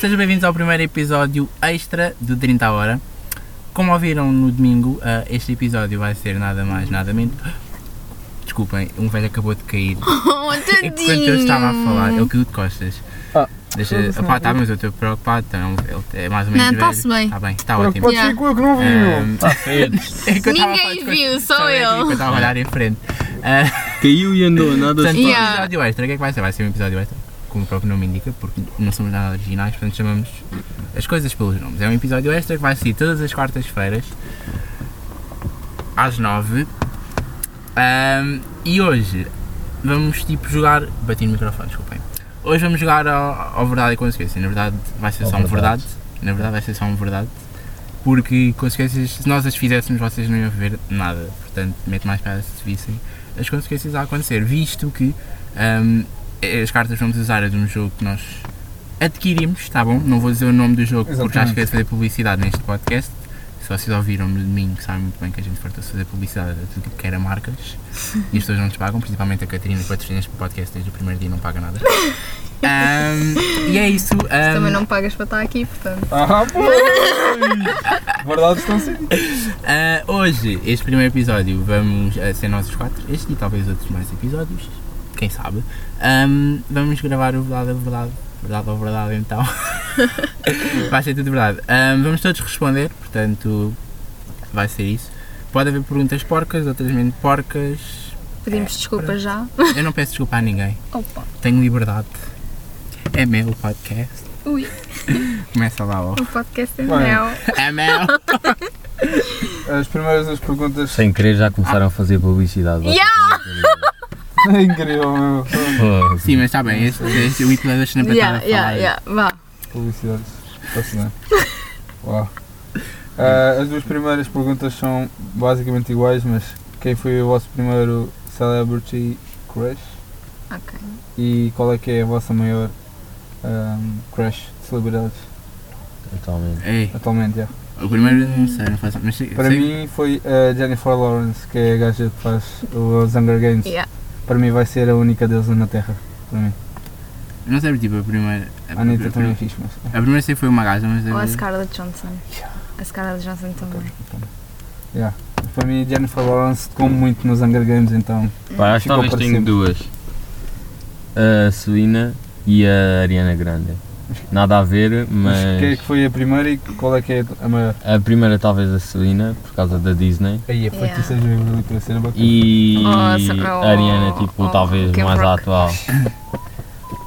Sejam bem-vindos ao primeiro episódio extra do 30 Hora. Como ouviram no domingo, ah, este episódio vai ser nada mais, nada menos. Desculpem, um velho acabou de cair. Oh, Enquanto eu estava a falar, ele caiu de costas. Ah. Deixa. Foda-se, Opá, não. tá, mas eu estou preocupado, então ele é mais ou menos. Não, tá-se velho. bem. Tá bem, está Preocupado ótimo. com Yeah. eu que não vi. Ahm, Está feito. É que eu estava a Ninguém falar de coisas- viu, só Sabe, é eu. que Eu estava a olhar em frente. Ah, Caiu e andou, nada Portanto, Yeah. um episódio extra, o que é que vai ser? Vai ser um episódio extra, como o próprio nome indica, porque não somos nada originais, portanto chamamos as coisas pelos nomes. É um episódio extra que vai sair todas as quartas-feiras, às nove. Ahm, e hoje vamos tipo jogar. Bati no microfone, desculpem. Hoje vamos jogar ao, ao Verdade e Consequência. Na verdade vai ser Ao só um Verdade. verdade. Na verdade vai ser só um verdade. Porque consequências, se nós as fizéssemos, vocês não iam ver nada. Portanto, mete mais para se vissem as consequências a acontecer, visto que ahm, as cartas vamos usar é de um jogo que nós adquirimos, tá bom? Não vou dizer o nome do jogo porque já Exatamente. esqueci de fazer publicidade neste podcast. Se vocês ouviram no domingo, sabem muito bem que a gente fartou-se fazer publicidade a tudo que era marcas e as pessoas não nos pagam, principalmente a Catarina, que patrocina este podcast desde o primeiro dia e não paga nada. Ahm, e é isso. ahm, Também não pagas para estar aqui, portanto. Ah, pois! Verdade estão sim. Ah, hoje, este primeiro episódio, vamos ah, ser nós os quatro, este e talvez outros mais episódios, quem sabe. Ahm, vamos gravar o Verdade a Verdade, Verdade ou Verdade então. vai ser tudo verdade. Ahm, vamos todos responder, portanto, vai ser isso. Pode haver perguntas porcas, outras menos porcas. É, Pedimos desculpa já. Eu não peço desculpa a ninguém, Opa. tenho liberdade. É meu podcast. Ui, Começa lá, ó. o podcast é Bem. meu. É meu! As primeiras das perguntas Sem querer já começaram a fazer publicidade. Yeah! é incrível, meu. São Fogo. Sim, mas está bem, este, este, o Hitler deixa-me para estar a Yeah, falar. yeah, yeah. Vá. Publicidades. Fascinante. Uau. Ah, as duas primeiras perguntas são basicamente iguais, mas quem foi o vosso primeiro celebrity crush? Ok. E qual é que é a vossa maior ahm, crush de celebridades Totalmente. Ei, atualmente? yeah? O primeiro não sei, não faço. Mas sei, Para sei- mim foi a Jennifer Lawrence, que é a gaja que faz os Hunger Games. Yeah. Para mim vai ser a única deusa na Terra. Para mim. Não sei, tipo, a primeira. A, A Anitta a- também é fixe, mas. a primeira sei que foi uma gaja, mas. eh, Ou a A, Scarlett Johnson. A Scarlett Johnson também. Yeah. Para mim, Jennifer Lawrence come muito nos Hunger Games, então. Pá, acho que Ficou talvez para tenho sempre. duas. A Celina e a Ariana Grande. Nada a ver, Mas quem é mas que foi a primeira e qual é que é a maior? a primeira talvez a Celina, por causa da Disney. Aí é Yeah. feito seja Beverly para ser bacana. E Nossa, oh, a Ariana, tipo, oh, talvez Kim mais à Rock. atual.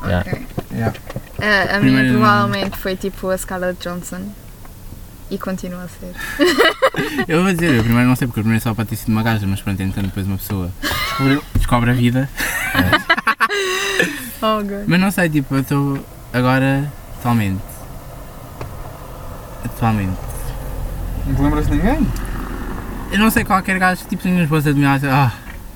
Yeah. Ok. Yeah. A, a minha Primeiro- provavelmente foi tipo a Scarlett Johnson. E continua a ser. eu vou dizer, a primeira não sei, porque a primeira só para ter sido uma gaja, mas pronto, então depois uma pessoa Descobriu? descobre a vida. Oh, God. Mas não sei, tipo, eu estou agora. atualmente. Atualmente. Não te lembras de ninguém? Eu não sei qualquer gajo, tipo, tem uns bons admirados. Ah,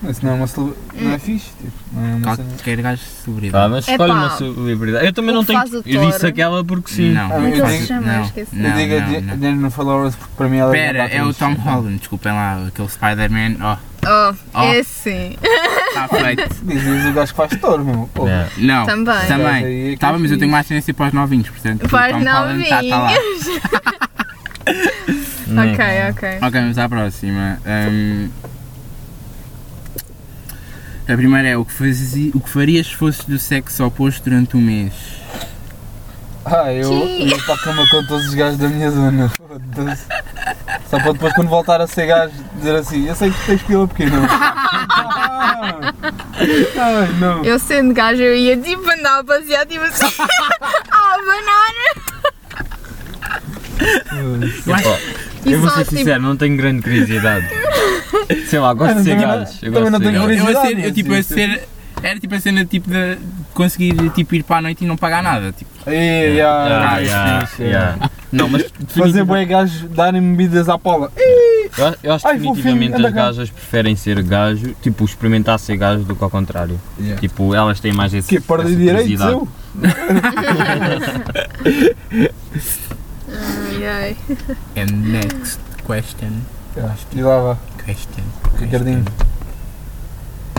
Isso não é uma celebra... Não é fixe, tipo. Não é uma cena. qualquer gajo de celebridade. Pá, mas Epá, escolhe uma celebridade. Eu também o não que tenho. faz o Eu disse Thor- aquela porque sim. Não, Ah, eu não, digo- não, é Chama, não, esqueci. não, Eu digo a Je- não. Jennifer Lawrence porque para mim ela Espera, é é o Tom Holland, desculpem lá, aquele Spider-Man, ó, Oh, Oh. esse. está feito. Dizes o gajo que faz touro, meu. Pô, Yeah. Não, Também. Aí é que Também. Estava, eu mas eu fiz. tenho mais tendência para os novinhos, portanto. Para o os Tom Holland está- está Então, tá, lá. Ok, ok. Ok, vamos à próxima. Ahm, a primeira é o que, fazi, o que farias se fosses do sexo oposto durante um mês? Ah, eu eu ia para a cama com todos os gajos da minha zona. Foda-se. Só para depois, quando voltar a ser gajo, dizer assim: Eu sei que tens pila pequena. Ah, Ai, não. Eu sendo gajo, eu ia tipo andar a passear, tipo assim. Ah, banana! E Eu vou só ser tipo. sincero, não tenho grande curiosidade. Sei lá, gosto de ser Também Ah, não- gajos. Eu também gosto não de ser tenho gajos. Eu a ser, Curiosidade, eu tipo a existe. ser. Era tipo a cena tipo de conseguir tipo, ir para a noite e não pagar nada. Tipo, Ei, Ah, ai, yeah, fixe, yeah. Não, mas Fazer definitivamente- bué gajos darem bebidas à Paula. eu acho- eu acho que Ai, fofinho, definitivamente anda as cá. gajas preferem ser gajo, tipo, experimentar ser gajo do que ao contrário. Yeah. Tipo, elas têm mais esse Que perda essa de direitos curiosidade. eu? Ai, ai. and é next question. Yeah, E lá vá, Question. Ricardinho,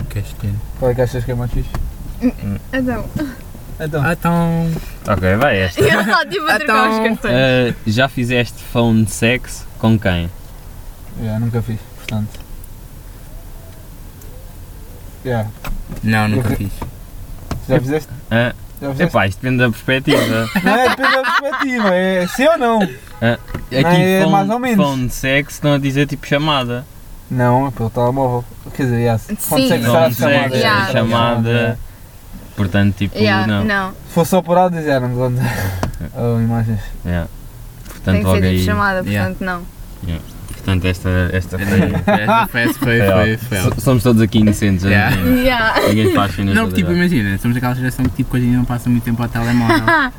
Question. qual é que achas que é mais fixe? Então, Então, Então. Ok, vai é esta. Eu só estive a trocar Então, os cartões. Ah, já fizeste phone sex com quem? yeah, nunca fiz, portanto. Yeah. Não, nunca fiz. Já fizeste? Ah, Já fizeste? epá, isto depende da perspectiva. Não é depende da perspectiva, é sim ou não? Aqui é phone, mais ou menos. phone sex estão a dizer tipo chamada. Não, é pelo telemóvel. Quer dizer, yeah, se- Sim. quando segue Não É, será de segue, chamada. yeah. chamada. Portanto, tipo, Yeah, não. não. Se fosse só por áudio, já não conta. Ou imagens. Yeah. Tem É. que ser Portanto, logo tipo aí. chamada, Yeah. portanto não. Portanto, esta, esta foi. Essa É foi, foi, foi, É, foi. So- Somos todos aqui inocentes, já Yeah. ninguém- ninguém faz finas Não, da tipo, verdade. imagina, somos daquela geração que tipo, hoje ainda não passa muito tempo ao telemóvel. Ah,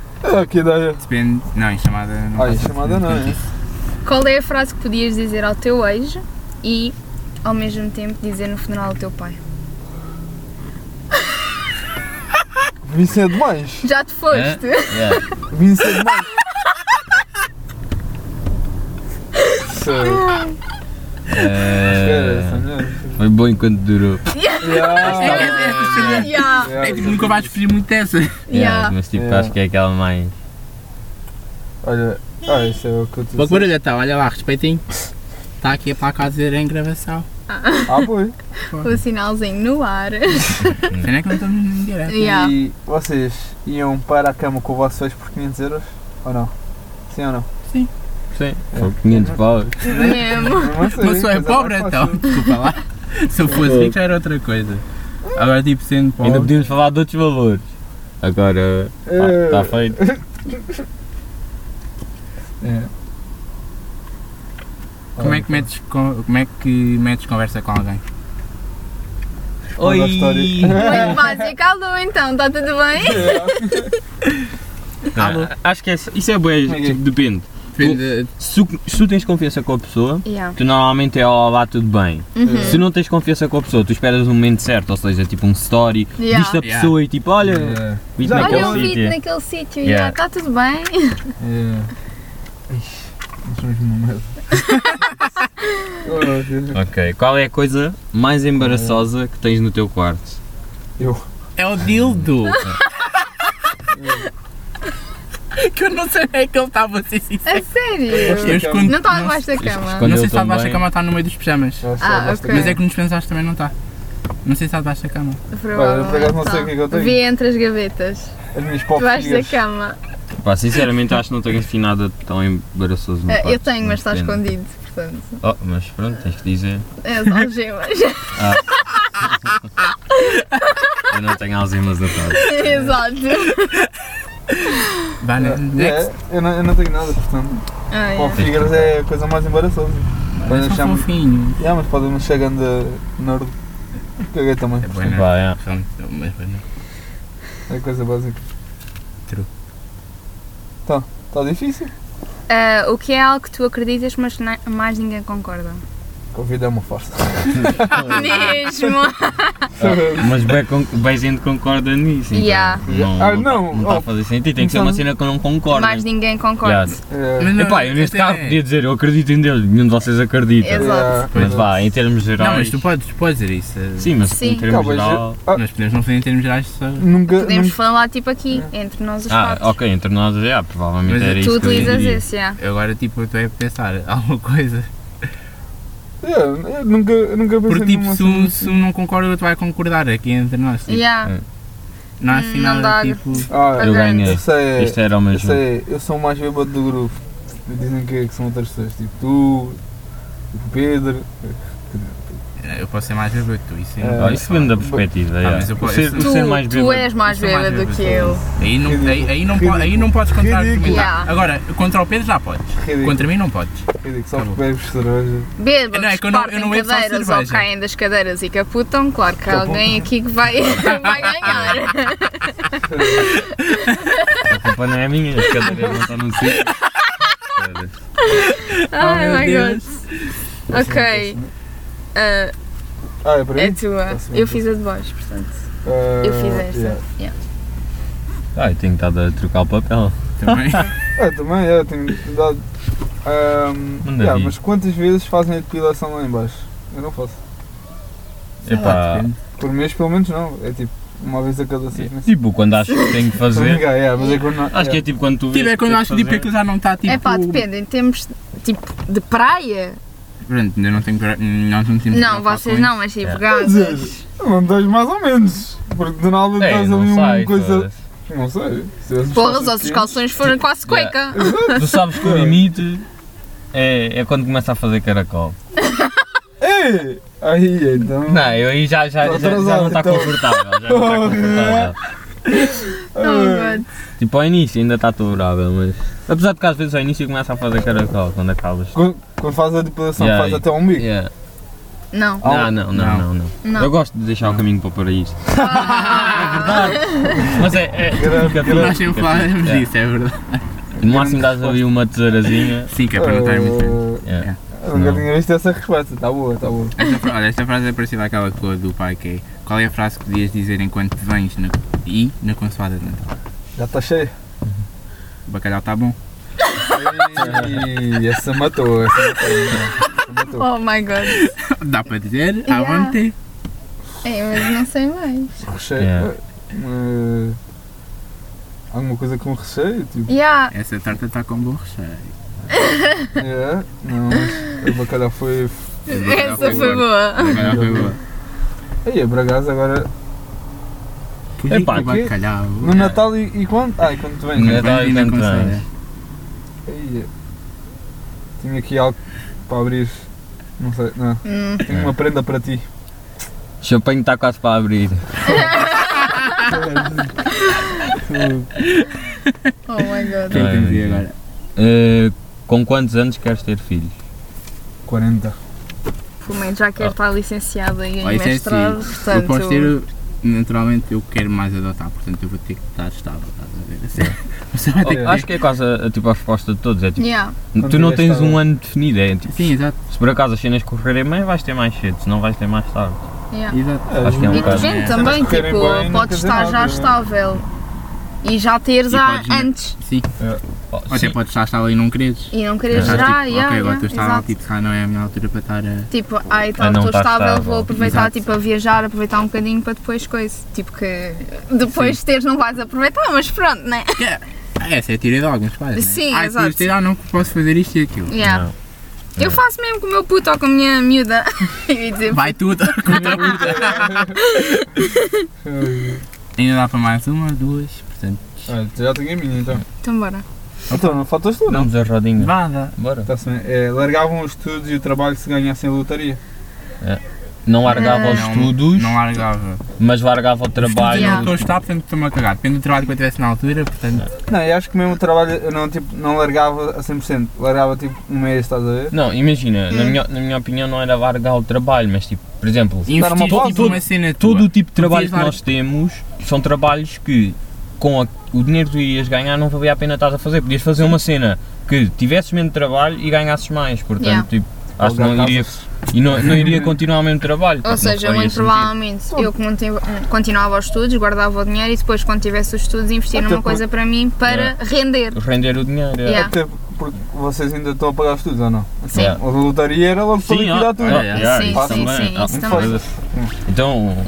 que ideia. Depende. Não, Ah, em chamada não. Olha, passa chamada muito não, tempo. é? Qual é a frase que podias dizer ao teu ex e ao mesmo tempo dizer no funeral ao teu pai? Isso é demais. Já te foste? Yeah. Vince é demais. Sério. Ah. Espera, essa Eh, mulher. Foi bom enquanto durou. Yeah. Ah, yeah. É tipo, nunca vais fugir muito dessa. Yeah, Yeah. Mas tipo, Yeah. acho que é aquela mais. Olha, ah, isso é o que eu te Boa que barulho então, olha lá, respeitinho. Está aqui a placa a dizer em gravação. Ah, pois. O sinalzinho no ar. A cena é que não estamos em direto. Yeah. E vocês iam para a cama com o vosso ex por 500 euros? Ou não? Sim ou não? Sim. Foi 500 paus. Mesmo. assim, Mas Mas só é pobre então, desculpa lá. Se eu fosse rico já era outra coisa. Agora tipo sendo Ainda pobre. podíamos falar de outros valores. Agora. É. Ah, Eh. tá Está feito. Como é que metes, co- como é que metes conversa com alguém? Oi. Muito básico. Alô então, está tudo bem? Ah, acho que é, isso é bué, Como é que é? tipo, depende. Depende. Se tu, se tu tens confiança com a pessoa, Yeah. tu normalmente é ó lá tudo bem. Uhum. Se não tens confiança com a pessoa, tu esperas o momento certo, ou seja, tipo um story, Yeah. diz-te a Yeah. pessoa e tipo, É, olha, vi-te Olha, naquele Olha, eu Naquele vi-te sítio. naquele sítio. Yeah. Yeah. Está tudo bem? é. Oh, Ok, qual é a coisa mais embaraçosa que tens no teu quarto? É o dildo! que eu não sei onde é que ele estava a ser A sincero. sério? Eu escondo- Não está debaixo da Esconde- cama? Não Quando sei se eu está debaixo da também. cama ou está no meio dos pijamas. Ah, ok. Mas é que nos pensares também não está. Não sei se está debaixo da cama. Provavelmente Olha, por acaso não sei o que é que eu tenho. Vi entre as gavetas. As minhas Debaixo da popinhas. cama. Pá, sinceramente acho que não tenho assim nada tão embaraçoso no Ah, quarto. Eu tenho, mas está depende. escondido. Portanto, Oh, mas pronto, tens que dizer. é as algemas. Eu não tenho algemas no quarto. É Exato. Vai, né? Next. É, eu, não, eu não tenho nada, portanto. Ah, Pop yeah. figures é a coisa mais embaraçosa. Quando É só achamos- fofinho. Yeah, mas podemos chegar de nerd. Caguei também. É boa, né? Vá, é. Pronto, mas boa, né? É coisa básica. True. Então, está difícil? Ah, o que é algo que tu acreditas, mas que na- mais ninguém concorda? Covid é uma força. Mesmo. Ah, mas bem, con- bem gente concorda nisso. então Yeah. Não, Ah, não. Não está Oh. a fazer sentido. Tem que ser uma cena que eu não concordo. mais ninguém concorda. Yeah. É, Mas Então, não, Epá, eu neste até- carro podia dizer, eu acredito em Deus, nenhum de vocês acredita. Exato. é, Mas vá, em termos gerais. Não, mas tu podes, podes dizer isso. Sim, mas Sim. em termos Tá, mas- geral. Ah. Nós podemos não ser em termos gerais só. Nunca. Podemos nunca- falar tipo aqui, entre nós os Ah, quatro. ok, entre nós, yeah, provavelmente Mas era Tu isso. que eu utilizas diria. esse, yeah. Eu Agora, tipo, eu estou a pensar alguma coisa. É, eu nunca, eu nunca pensei Porque, tipo, numa se cena um, assim. se um não concorda, o outro vai concordar aqui entre nós. Tipo, Yeah. Não há assim Não nada, dá. tipo. Ah, Ok. Eu ganhei. eu é- sei. Isto era o Eu mesmo. sei, eu sou o mais bêbado do grupo. Dizem que, que são outras pessoas, tipo tu, tipo o Pedro. Eu posso ser mais bêbado que tu, isso É. Ah, isso depende da perspectiva. yeah. mas eu O posso- ser, o Tu, ser mais tu bêbado. és mais bêbado do que eu. Aí não, aí, aí não, po- aí não podes contra Ridículo. Yeah. Agora, contra o Pedro já podes. Ridículo. Contra mim não podes. Eu digo, só Tá bom. bebes cerveja. Bêbados Não, é que eu que não- eu partem não bebo só cadeiras ou cerveja. caem das cadeiras e caputam, claro que há alguém aqui que vai, vai ganhar. A culpa não é minha, as cadeiras não estão no sítio. meu Ai, Ah, oh my Deus. God. Ok. Ah, Ah, é para é mim? tua. Posso ver? Eu fiz a de baixo, portanto. Ah, Eu fiz esta. yeah. Yeah. Ah, eu tenho estado a trocar o papel. Também. Eu É, também, eu tenho dado. Ahm, Manda yeah, vir. mas quantas vezes fazem a depilação lá em baixo? Eu não faço. Sei lá, Epá, depende. Por mês pelo menos não. É tipo, Uma vez a cada seis meses. Tipo, quando acho que tenho que Estou a fazer. brincar, é, mas é quando- Acho que é tipo quando tu vês. Tipo, é que quando eu tens acho que que tipo, fazer. aquilo já não está tipo. É pá, depende. Em termos tipo de praia. Pronto, eu não tenho. gra- Não, Uhum. não, tenho Não, vocês não, mas tipo, É. gansas. Não tens mais ou menos. Porque do nada É, estás ali não uma sai, coisa. foda-se. Não sei. se assim. tivesses Porra, calças os vossos pequenas- calções foram quase cueca. Tu sabes que o limite é, é quando começa a fazer caracol. Ei! Aí então. Não, eu aí já, já, já, já não está Então. confortável. Já não está confortável. Oh, God. Tipo, ao início ainda está tolerável, mas. Apesar de que às vezes ao início começa a fazer caracol quando acabas. Quando, quando faz a depilação, Yeah, faz yeah. até um bico. Yeah. Não. Não, não, não, não, não. Não. Eu gosto de deixar o caminho para o paraíso. É Ah, Mas é. é Grande, fica grande. fixe, Nós sempre fica falamos fixe. disso, é verdade. Yeah. No máximo dás ali uma tesourazinha. Sim, que é para não estar muito grande. Oh. Yeah. Eh, Eu nunca Não. tinha visto essa resposta. Está boa, está boa. Esta, fra- olha, esta frase é parecida àquela que do pai que é Qual é a frase que podias dizer enquanto te vens na, e na consoada de Natal? Já tá está cheia. O bacalhau está bom. Ei, essa matou, essa matou. Essa matou. Oh my god. Dá para dizer, à Yeah. vontade. É, mas não sei mais. Recheio. Yeah. eh, alguma coisa com recheio? Tipo, Yeah. Essa torta está com bom recheio. yeah. Não, mas o bacalhau foi. Essa foi O boa. bacalhau foi boa. Ei, a Bragaza agora. Pudim Epá, com quê? bacalhau. No Natal e, e quando? Ah, e quando tu vens? No Quando Natal vens e e na quando consoada. vens. Ei, é. tinha aqui algo para abrir. Não sei, não. Hum. Tenho uma prenda para ti. O champanhe está quase para abrir. Oh my god. O que é que temos aí agora? Eh, com quantos anos queres ter filhos? 40. Pelo menos já quero estar licenciada e em Olha, isso é mestrado, assim, portanto. Eu posso ter, naturalmente, eu quero mais adotar, portanto eu vou ter que estar estável, estás a ver? Assim, Você vai ter que. É. Acho que é quase a, a, tipo, a resposta de todos. É tipo, Yeah. tu não Quando tens tiveres um tal- ano definido. É, tipo, Sim, exato. se por acaso as cenas correrem bem, vais ter mais cedo, se não vais ter mais tarde. Yeah. exato. Acho que é um E bocado. depende É. também, Mas querem tipo, bem, não quer podes dizer estar já nada. estável e já teres E há- podes- antes Sim, Oh, ou até sim. podes estar estável e não quereres. e não queres Estás já. tipo, yeah, ok, yeah, agora tu estável, exato. tipo, se calhar não é a minha altura para estar a. Tipo, ah, então Ah, não estou tá estável, estável. vou aproveitar Exato. tipo, a viajar, aproveitar um bocadinho para depois coisa. Tipo que depois teres não vais aproveitar, mas pronto, né? Ah, Essa é a teoria de alguns pais. né? Sim, ah, exato. Ter, ah, não posso fazer isto e aquilo. Yeah. Não. Eu faço mesmo com o meu puto ou com a minha miúda. Eu ia dizer, Vai tudo. Ainda dá para mais uma, duas, portanto. Olha, já tenho a minha então. então bora. Então, não faltas tu, Vamos a rodinha. Vá, dá. Bora. Tá-se bem. É, largavam os estudos e o trabalho que se ganhassem em lotaria. Não largava os Não- estudos, Não largava. mas largava o Estudos trabalho. eu Yeah. não estou a estar, portanto estou-me a cagar. Depende do trabalho que eu tivesse na altura, portanto. Não, eu acho que mesmo o trabalho eu não, tipo, não largava a 100%, largava tipo um mês, estás a ver? Não, imagina, na, Hum. minha, na minha opinião não era largar o trabalho, mas tipo, por exemplo, uma Investir pausa. tipo uma cena todo o tua. tipo de trabalho Podias que nós temos são trabalhos que com a- o dinheiro que tu irias ganhar não valia a pena estar a fazer. Podias fazer uma cena que tivesses menos trabalho e ganhasses mais, portanto, Yeah. tipo, acho que Alugar não iria, e não, não iria continuar o mesmo trabalho. Ou porque não seja, um faria muito sentido. provavelmente eu que mantive- continuava os estudos, guardava o dinheiro e depois quando tivesse os estudos investia Até numa porque- coisa para mim para render. Render o dinheiro. é. Yeah. Até Tipo, porque vocês ainda estão a pagar os estudos ou não? Sim. Yeah. A lotaria era logo para Sim, liquidar ah, tudo. ah, yeah, é, Sim, isso sim, também, sim, ah, isso muito também. foda-se. Então,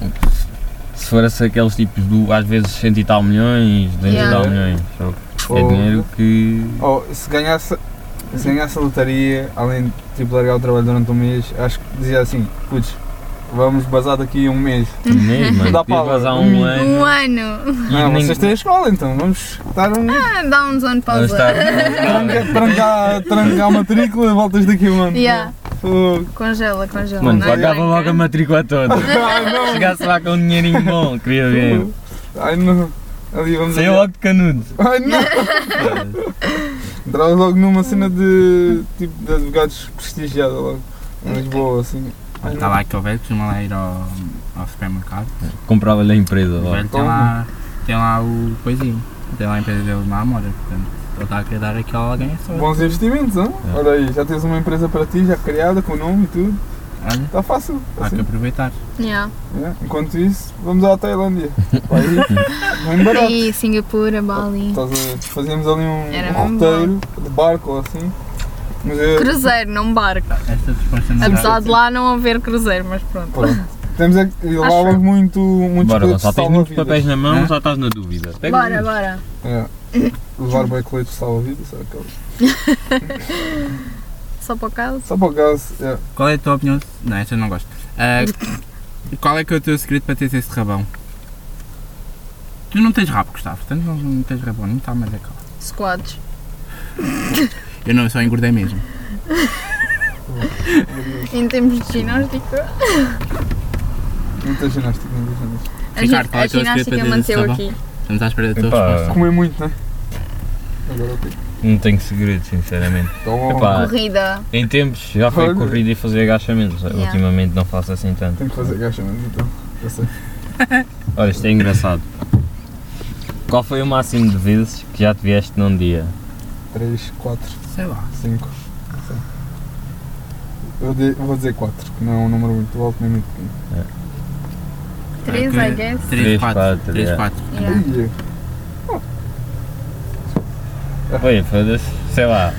se fosse aqueles tipos do às vezes cento e tal milhões, 200 e tal Yeah. milhões, só que é Ou- dinheiro que. ou se ganhasse, se ganhasse a lotaria, além de tipo, largar o trabalho durante um mês, acho que dizia assim, putz, vamos basar daqui um mês. Dinheiro, mano. Dá Podia para vazar lá. um Um ano. Um ano. e Não, nem- vocês têm a escola então, vamos estar um. Ah, Dá uns anos Ah, pausa. está- Tranca- Trancar, trancar a matrícula e voltas daqui um ano. Yeah. Fogo. Congela, congela. Mano, não é pagava branca? logo a matrícula toda. Ai não! Chegasse lá com um dinheirinho bom, queria ver. Ai não! Ali vamos Saiu ali. logo de canudo. Ai não! Entrava logo numa cena de tipo de advogados prestigiada logo. Em Lisboa, assim. Está Ai, não. tá lá aquele velho que costuma lá ir ao, ao supermercado. Tá Comprava-lhe a empresa O logo. velho tem lá, tem lá o coisinho. Tem lá a empresa dele na Amora, portanto. Ele está a querer dar aquilo a alguém é só. Bons investimentos, não? É. Olha aí, já tens uma empresa para ti, já criada, com o nome e tudo. Olha, Está fácil. Ah, há que assim, aproveitar. Yeah. é. Enquanto isso, vamos à Tailândia. Vai aí, bem barato. Aí, Singapura, Bali. Estás a ver? Fazíamos ali um Era mesmo roteiro de barco ou assim. Mas é. Cruzeiro, não barco. Esta resposta não dá. É Apesar de lá não haver cruzeiro, mas pronto. Pronto. Temos é que levava eu. muito, muito Bora, espeto Gonçalo, tens salva muitos vidas. papéis na mão, Hã? já estás na dúvida. Pega Bora, um. bora. É. Levar bem colete salva vidas, sabe aquela? Só para o caso. Só para o caso, é. Qual é a tua opinião? Não, esta eu não gosto. Ah, qual é que é o teu segredo para teres esse rabão? Tu não tens rabo, Gustavo, portanto não, não tens rabão, tá, não está mais a cala. Squads. é Eu não, eu só engordei mesmo. Em termos de ginástica, Muita ginástica, muita ginástica. a, Ricardo, gi- qual é a o teu segredo para ginástica teres esse manteu rabão? aqui. Estamos à espera da tua Epá. resposta. Comer muito, não é? Agora ok. Não tenho segredo, sinceramente. Então, Epá. Ah. Corrida. Em tempos já foi Olha. corrida e fazer agachamentos. Yeah. Ultimamente não faço assim tanto. tenho que fazer agachamento então. Eu sei. Olha, isto é engraçado. Qual foi o máximo de vezes que já te vieste num dia? 3, 4, Sei lá. 5. Eu de- vou dizer 4, que não é um número muito alto nem muito pequeno. Três, Ok. I guess. Três, 3, 4. quatro, 3, yeah. 4. Yeah. Ai, eu- Foi, foda-se, sei lá.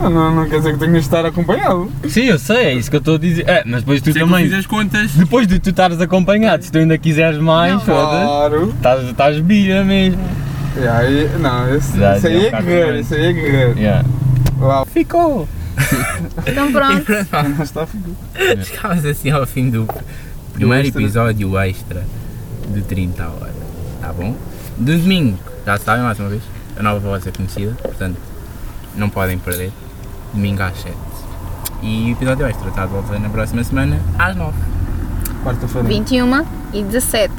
Ah, não, não quer dizer que tenho de estar acompanhado. Sim, eu sei, é isso que eu estou a dizer. É, mas depois tu também. fiz as contas. Depois de tu estares acompanhado, se tu ainda quiseres mais, Não. foda-se. Claro. Estás, estás bilha mesmo. E aí, não, esse, Já- isso aí já é tá guerreiro, bem. isso aí é guerreiro. Yeah. Uau, Ficou! Então E pronto. pronto, não está ficou. chegámos assim ao fim do primeiro extra. episódio extra de 30 horas. Tá bom? Do domingo, já sabem mais uma vez, a nova voz é conhecida, portanto não podem perder. Domingo às 7. E o episódio extra está de volta na próxima semana às 9. Quarta-feira. 21 e 17.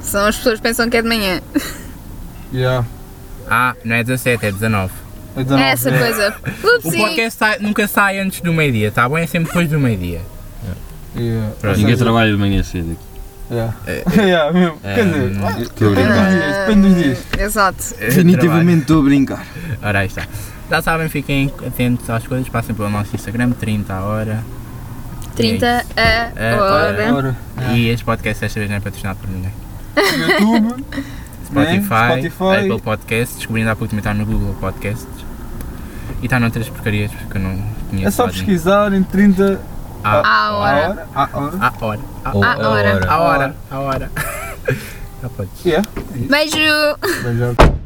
São as pessoas que pensam que é de manhã. Tá Yeah. Ah, não é 17, é 19. É É 19, essa é. coisa. O Upsi. podcast sai- nunca sai antes do meio-dia, tá bom? É sempre depois do meio-dia. Yeah. Pronto. Ninguém trabalha de manhã cedo aqui. É, Yeah. Yeah, mesmo. Quer dizer, Hum, Estou a brincar. depende dos dias. Ah, Exato. eu É, trabalho. estou a brincar. Ora, aí está. Já sabem, fiquem atentos às coisas, passem pelo nosso Instagram, 30 a hora. 30 É, a hora. Agora, E este podcast desta vez não é patrocinado por ninguém. YouTube, né? Spotify, Spotify. Apple Podcasts, descobrindo há pouco também está no Google Podcasts. E está noutras porcarias porque eu não conheço. É só lado nenhum. pesquisar em Ah, 30 À À hora. hora. À hora. à hora. À Ou Ah, hora. a hora. à hora. À hora. Já podes. Yeah. Beijo! Beijar.